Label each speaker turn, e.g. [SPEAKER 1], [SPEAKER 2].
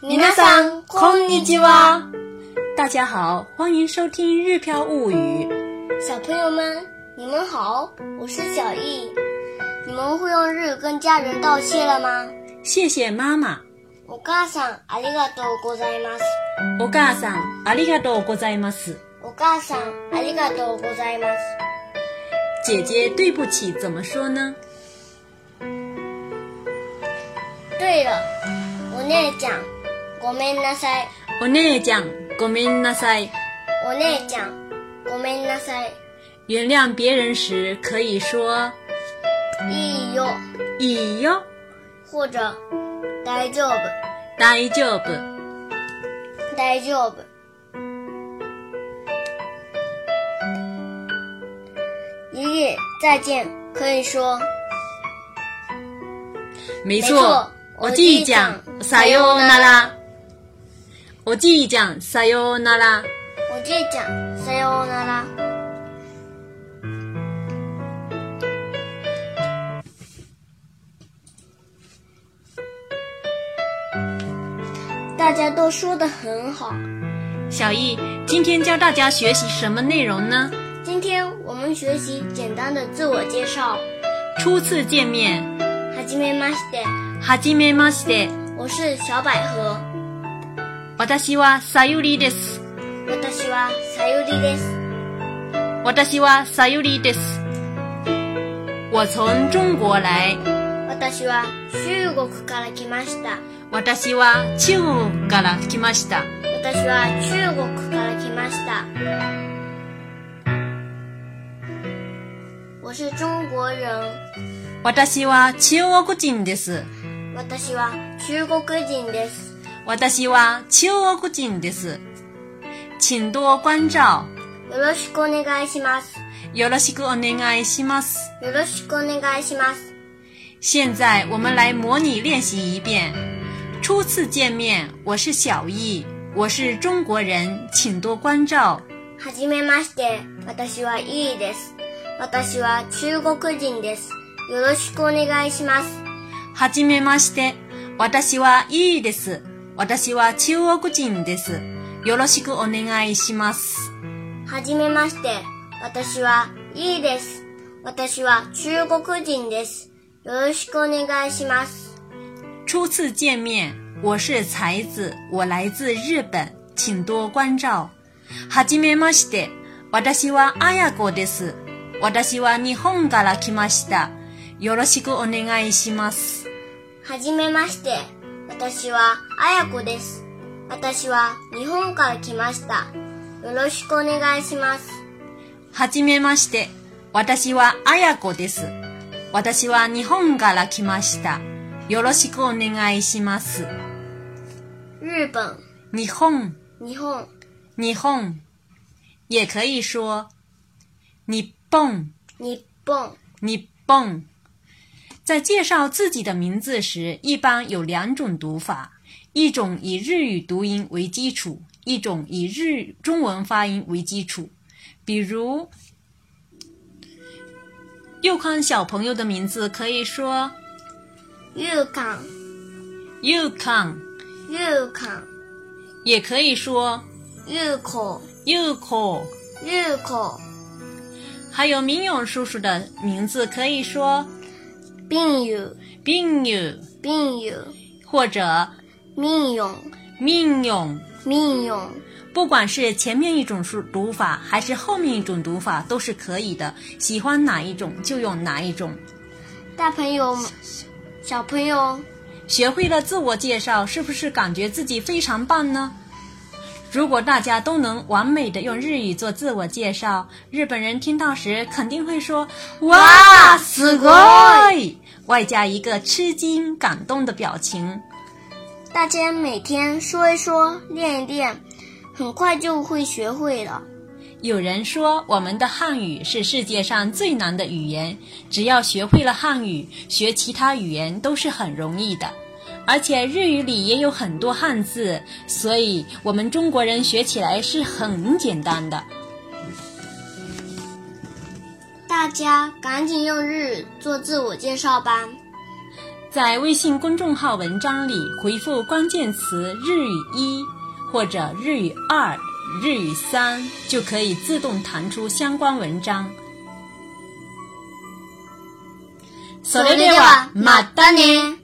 [SPEAKER 1] 皆さんこんにちは。
[SPEAKER 2] 大家好，欢迎收听《日飘物语》。
[SPEAKER 1] 小朋友们，你们好，我是小易。你们会用日语跟家人道谢了吗？
[SPEAKER 2] 谢谢妈妈。
[SPEAKER 1] お母さんありがとうございます。
[SPEAKER 2] お母さん、ありがとうございます。
[SPEAKER 1] お母さんありがとうございます。
[SPEAKER 2] 姐姐，对不起，怎么说呢？
[SPEAKER 1] 对了，お姉ちゃん、ごめんなさい。
[SPEAKER 2] お姉ちゃん、ごめんなさい。
[SPEAKER 1] お姉ちゃん、ごめんなさい。
[SPEAKER 2] 原谅别人时可以说
[SPEAKER 1] いいよ、
[SPEAKER 2] いいよ、
[SPEAKER 1] 或者大丈夫、
[SPEAKER 2] 大丈夫。
[SPEAKER 1] 大丈夫。爷爷再见，可以说
[SPEAKER 2] 没
[SPEAKER 1] 没错
[SPEAKER 2] 错，おじいちゃん、さようなら。おじいちゃん、さようなら。
[SPEAKER 1] おじいちゃんさようなら。大家都说的很好。
[SPEAKER 2] 小易，今天教大家学习什么内容呢？
[SPEAKER 1] 今天我们学习简单的自我介绍。
[SPEAKER 2] 初次见面，
[SPEAKER 1] はじめまして、
[SPEAKER 2] はじめまして。
[SPEAKER 1] 我是小百合，
[SPEAKER 2] 私はさゆりです。
[SPEAKER 1] 私はさゆりです。
[SPEAKER 2] 私はさゆりです。我从中国来。
[SPEAKER 1] 私は中国から来ました。
[SPEAKER 2] 私は中国から来ました。
[SPEAKER 1] 私は中国から来ました。我是中国人。
[SPEAKER 2] 私は中国人です。
[SPEAKER 1] 私は中国人です。
[SPEAKER 2] 私は中国人です。请多关照。
[SPEAKER 1] よろしくお願いします。
[SPEAKER 2] よろしくお願いします。
[SPEAKER 1] よろしくお願いします。
[SPEAKER 2] 现在我们来模拟练习一遍。初次见面，我是小易，我是中国人，请多关照。
[SPEAKER 1] はじめまして。私はイーです。私は中国人です。よろしくお願いします。
[SPEAKER 2] はじめまして。私はいいです。私は中国人です。よろしくお願いします。
[SPEAKER 1] はじめまして。私は、いいです。私は中国人です。よろしくお願いします。
[SPEAKER 2] 初次见面，我是才子，我来自日本，请多关照。はじめまして。私はあやこです。私は日本から来ました。よろしくお願いします。
[SPEAKER 1] はじめまして。私は、あやこです。私は、日本から来ました。よろしくお願いします。
[SPEAKER 2] はじめまして。私はあやこです。私は日本から来ました。よろしくお願いします。
[SPEAKER 1] 日本、
[SPEAKER 2] 日本、
[SPEAKER 1] 日本、
[SPEAKER 2] 日本，也可以说日本，
[SPEAKER 1] 日本。
[SPEAKER 2] 日本。在介绍自己的名字时，一般有两种读法，一种以日语读音为基础，一种以日中文发音为基础。比如，佑康小朋友的名字可以说
[SPEAKER 1] ゆうかん、
[SPEAKER 2] 佑康，
[SPEAKER 1] ゆうかん、
[SPEAKER 2] 也可以说
[SPEAKER 1] ゆうこ、
[SPEAKER 2] 佑可。
[SPEAKER 1] ゆうこ。
[SPEAKER 2] 还有明勇叔叔的名字可以说。
[SPEAKER 1] びんゆ、
[SPEAKER 2] 病友
[SPEAKER 1] びんゆ、
[SPEAKER 2] 或者
[SPEAKER 1] みんよん、
[SPEAKER 2] 命勇，
[SPEAKER 1] みんよん。
[SPEAKER 2] 不管是前面一种是读法，还是后面一种读法，都是可以的。喜欢哪一种就用哪一种。
[SPEAKER 1] 大朋友，小朋友，
[SPEAKER 2] 学会了自我介绍，是不是感觉自己非常棒呢？如果大家都能完美的用日语做自我介绍，日本人听到时肯定会说“哇，すごい”，外加一个吃惊、感动的表情。
[SPEAKER 1] 大家每天说一说，练一练，很快就会学会了。
[SPEAKER 2] 有人说，我们的汉语是世界上最难的语言，只要学会了汉语，学其他语言都是很容易的。而且日语里也有很多汉字，所以我们中国人学起来是很简单的。
[SPEAKER 1] 大家赶紧用日语做自我介绍吧。
[SPEAKER 2] 在微信公众号文章里回复关键词“日语一”或者“日语二”“日语三”，就可以自动弹出相关文章。
[SPEAKER 1] 啊それでは、またね。